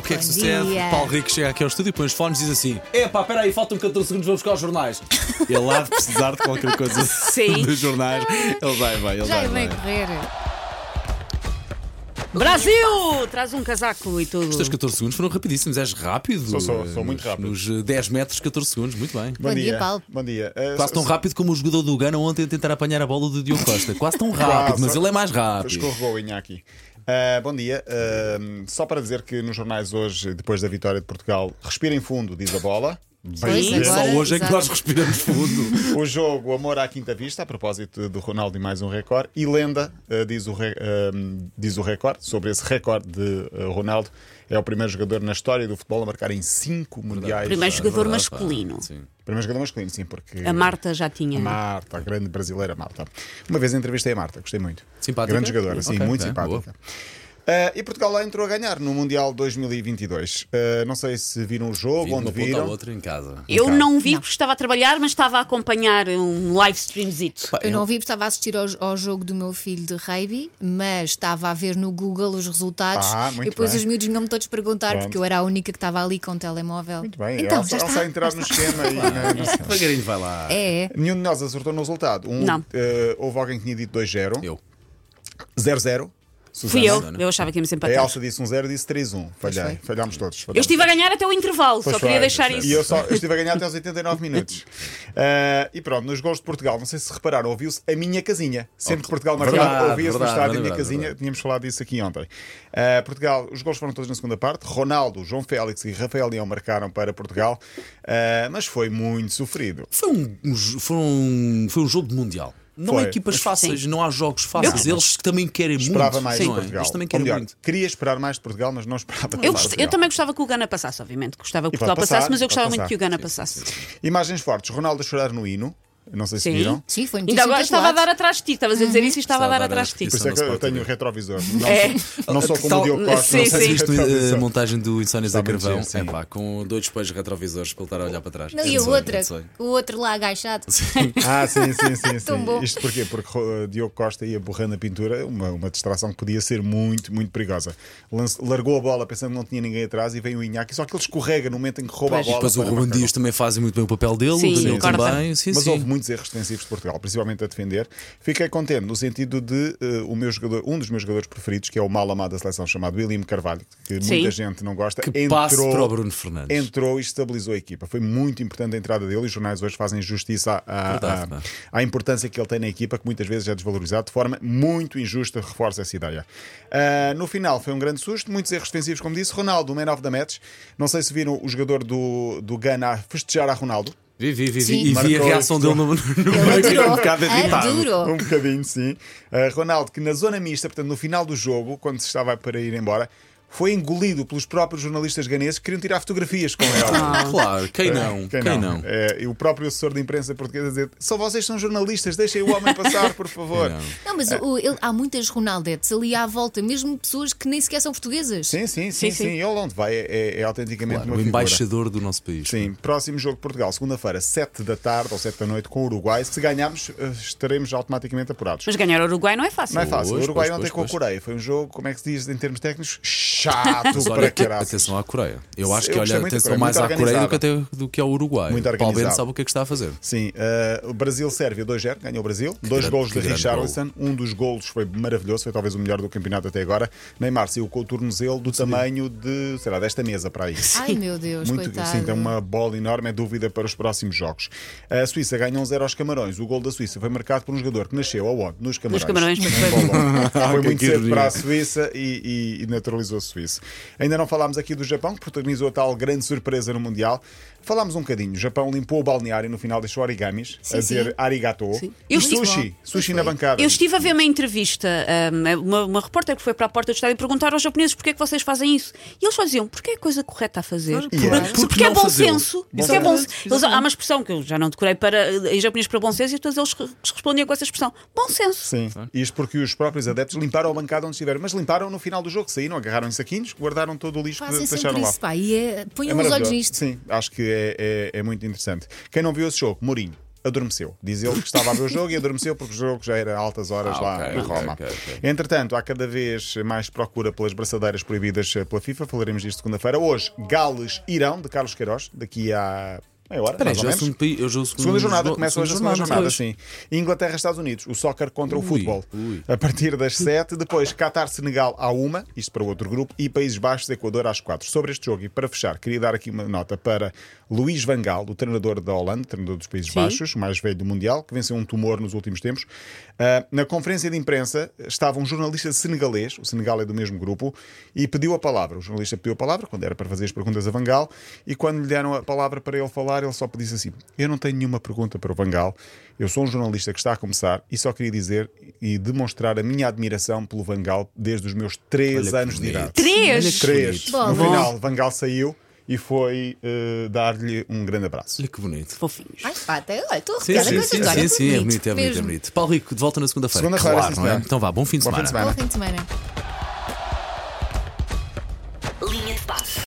que é que Bom sucede? dia. Paulo Rico chega aqui ao estúdio, põe os fones e diz assim: Epá, peraí, faltam 14 segundos, vou buscar os jornais. Ele há de precisar de qualquer coisa Sim. dos jornais. Ele vai, vai, ele Já vai. vem vai. correr. Brasil! Traz um casaco e tudo. é Os 14 segundos foram rapidíssimos, és rápido. Sou, sou, sou muito Nos- rápido. Nos eh, 10 metros, 14 segundos, muito bem. Bom dia, Paulo. Bom dia. Eh, Quase tão s- um rápido como o jogador do Gana ontem a tentar apanhar a bola do Diogo Costa. Quase tão rápido, Quase. mas ele é mais s- rápido. Escorregou o Inhaki. Eh, bom dia. Eh, só para dizer que nos jornais hoje, depois da vitória de Portugal, respirem fundo, diz a bola. Pois, dizer. agora- Só hoje é que Exato. nós respiramos fundo. O jogo Amor à Quinta Vista, a propósito do Ronaldo e mais um recorde. E lenda, eh, diz, o re- eh, diz o recorde, sobre esse recorde de eh, Ronaldo. É o primeiro jogador na história do futebol a marcar em cinco mundiais. Ah, Primeiro jogador Verdade, pá. masculino. Sim. Primeiro jogador masculino, sim, porque. A Marta já tinha. Marta, a grande brasileira Marta. Uma vez entrevistei a Marta, gostei muito. Simpática? Grande jogadora, sim, Ok, muito bem, simpática. Ah, e Portugal lá entrou a ganhar no Mundial 2022. Ah, não sei se viram o jogo, Vindo onde uma ponta à viram. outra em casa. Eu Ok. não vi porque estava a trabalhar, mas estava a acompanhar um live streamzito. Pá, Eu não vi, porque estava a assistir ao, ao jogo do meu filho de rugby, mas estava a ver no Google os resultados. Ah, e muito depois bem. os miúdos vinham-me todos perguntar, Pronto. porque eu era a única que estava ali com o telemóvel. Muito bem, então, ela, já ela está. a entrar no esquema e na- no- Devagarinho vai lá. É, é. Nenhum de nós acertou no resultado. Um, Não. ah, houve alguém que tinha dito 2-0. Eu. 0-0. Fui eu. é? Susana. Eu achava que íamos A empatar. Elsa disse 1-0 disse 3-1. Falhei. foi. Falhámos todos. Eu falhámos. estive a ganhar até o intervalo, só Pois queria foi, deixar pois é. isso. foi. E eu, só, eu estive a ganhar até aos 89 minutos. Ah, e pronto, nos gols de Portugal, não sei se repararam, ouviu-se a minha casinha. Sempre que Portugal Verdade, marcava, ouvia-se no verdade, estádio a minha verdade, casinha. verdade. Tínhamos falado disso aqui ontem. Ah, Portugal, os gols foram todos na segunda parte. Ronaldo, João Félix e Rafael Leão marcaram para Portugal, Ah, mas foi muito sofrido. Foi um, um jo- foi um, foi um jogo de mundial. Não há Foi. equipas fáceis, não há jogos fáceis. Eles também querem Esperava muito. mais não de é? Portugal. Eles também Ou querem melhor, muito. queria esperar mais de Portugal, mas não esperava. Eu, mais de gost- eu Portugal. também gostava que o Gana passasse, obviamente. Gostava que E Portugal pode passasse, passar, mas eu pode gostava muito passar. que o Gana passasse. Imagens fortes: Ronaldo a chorar no hino. Não sei se Sim. viram. Sim, foi Ainda agora estava a dar dar atrás de ti, estavas a dizer isso e estava a dar atrás de ti. Por isso é que Isso não eu se pode tenho ver. retrovisor. Não, É. sou, não sou como o Diogo Costa. Sim, não Não sei sei se se viste eh, a retrovisor. montagem do Insónias da Está muito Carvão. giro, sim. É pá, com dois espelhos retrovisores para ele estar a olhar para trás. É Não, Grande e o sonho, outro, grande sonho. o outro lá agachado. Ah, sim, sim, sim. Tão sim. bom. Isto porquê? Porque uh, Diogo Costa ia borrando a pintura, uma, uma distração que podia ser muito, muito perigosa. Lance- largou a bola pensando que não tinha ninguém atrás e vem o Inhaque, só que ele escorrega no momento em que rouba Pois. a bola. Depois o para Ruben marcar. Dias também faz muito bem o papel dele, Sim, o Danilo sim, corta. também. Sim, Mas sim. houve muitos erros defensivos de Portugal, principalmente a defender. Fiquei contente no sentido de uh, o meu jogador, um dos meus jogadores preferidos, que é o mal amado da seleção chamado William Carvalho, que Sim. muita gente não gosta, Que entrou passe para o Bruno Fernandes. entrou e estabilizou a equipa. Foi muito importante a entrada dele e os jornais hoje fazem justiça à, à- Verdade, à- pá. à importância que ele tem na equipa, que muitas vezes é desvalorizado de forma muito injusta, reforça essa ideia. Ah, no final foi um grande susto, muitos erros defensivos, como disse. Ronaldo, o man of the match. Não sei se viram o jogador do, do Ghana a festejar a Ronaldo. Vi, vi, vi, vi. Sim. E vi a Marcou reação isso. dele no, no meio, que era um Adorou. bocado irritado. Adorou. Um bocadinho, sim. Ah, Ronaldo, que na zona mista, portanto, no final do jogo, quando se estava para ir embora, foi engolido pelos próprios jornalistas ganeses que queriam tirar fotografias com ele. Ah, Claro, quem não? Quem, não? É, e o próprio assessor da imprensa portuguesa dizer: só vocês são jornalistas, deixem o homem passar, por favor. Quem não? Não, mas o- ele- há muitas Ronaldetes ali à volta, mesmo pessoas que nem sequer são portuguesas. Sim, sim, sim, Sim, sim. sim. E ao longe vai, é, é, é autenticamente Claro, uma o figura. embaixador do nosso país. Sim, próximo jogo de Portugal, segunda-feira, 7 da tarde ou 7 da noite com o Uruguai. Se ganharmos, eh, estaremos automaticamente apurados. Mas ganhar o Uruguai não é fácil. Não é fácil. Pois, o Uruguai pois, ontem pois, com pois. a Coreia foi um jogo, como é que se diz em termos técnicos? Chato Mas para olha, caraças. atenção à Coreia. Eu acho Eu que gostei olha muito da atenção Coreia, mais à muito Coreia do que, organizada. até, do que ao Uruguai. Muito O Paulo Bento organizada. sabe o que é que está a fazer. Sim, eh, o Brasil-Sérvia 2-0, ganhou o Brasil. Dois grande- gols que de grande Richarlison. Um dos gols foi maravilhoso, foi talvez o melhor do campeonato até agora. Neymar saiu com o tornozelo do tamanho de, sei lá, desta mesa para aí. Ai meu Deus, Muito, coitado. sim, tem uma bola enorme, é dúvida para os próximos jogos. A Suíça ganha 1-0 aos Camarões. O gol da Suíça foi marcado por um jogador que nasceu aonde? Nos Camarões. Nos Camarões, mas foi bom. Ah, Foi muito Que cedo ironia. para a Suíça e, e- e naturalizou a Suíça. Ainda não falámos aqui do Japão, que protagonizou a tal grande surpresa no Mundial. Falámos um bocadinho. O Japão limpou o balneário e no final deixou origamis, Sim, a dizer sim. arigato. Eu E estive- sushi, sushi na bancada. Eu estive a ver uma entrevista, um, uma, uma repórter que foi para a porta do estádio e perguntaram aos japoneses porque é que vocês fazem isso. E eles só diziam, porque é a coisa correta a fazer. E é. Porque, Por que é não bom fazê-lo? senso. Bom Isso é bom senso. senso. Eles- Há uma expressão que eu já não decorei para, eh, em japonês para bom senso e todos eles re- respondiam com essa expressão. Bom senso. Sim, isto porque os próprios adeptos limparam a bancada onde estiveram, mas limparam no final do jogo, saíram, agarraram em saquinhos, guardaram todo o lixo que Fazem deixaram sempre lá. isso, pá. E é, É ponham os olhos maravilhoso. nisto. Sim, acho que é, é- é muito interessante. Quem não viu esse jogo, Mourinho. adormeceu. Diz ele que estava a ver o jogo e adormeceu porque o jogo já era altas horas Ah, lá ok, em ok, Roma. ok, ok. Entretanto, há cada vez mais procura pelas braçadeiras proibidas eh, pela FIFA. Falaremos disto segunda-feira. Hoje, Gales-Irão, de Carlos Queiroz, daqui a meia hora. Peraí, mais ou já é o menos. segundo país. Hoje é o segundo- Segunda jornada, jo- começa hoje a segunda segunda jornada, pois. sim. Inglaterra-Estados Unidos, o soccer contra o Ui, futebol. ui. A partir das 7, depois Qatar-Senegal à 1, isto para o outro grupo, e Países Baixos-Equador às 4. Sobre este jogo, e para fechar, queria dar aqui uma nota para Luís Vangal, o treinador da Holanda, treinador dos Países Sim. Baixos, o mais velho do Mundial, que venceu um tumor nos últimos tempos. Ah, na conferência de imprensa estava um jornalista senegalês, o Senegal é do mesmo grupo, e pediu a palavra. O jornalista pediu a palavra quando era para fazer as perguntas a Vangal, e quando lhe deram a palavra para ele falar, ele só disse assim: Eu não tenho nenhuma pergunta para o Vangal, eu sou um jornalista que está a começar e só queria dizer e demonstrar a minha admiração pelo Vangal desde os meus 3 Olha que anos de bonito. idade. Três? Olha que Três. bonito. No Bom. final, Vangal saiu e foi eh, dar-lhe um grande abraço. Olha que bonito. Fofinhos. Ai, pá, até olha, estou a Sim, arrepiada sim, com sim, esta história. sim, sim, é bonito, é bonito, é mesmo. bonito. Paulo Rico, de volta na segunda-feira. Segunda-feira, claro, sim, não é? senhora. Então vá, bom fim de Bom semana. fim de semana. Bom fim de semana.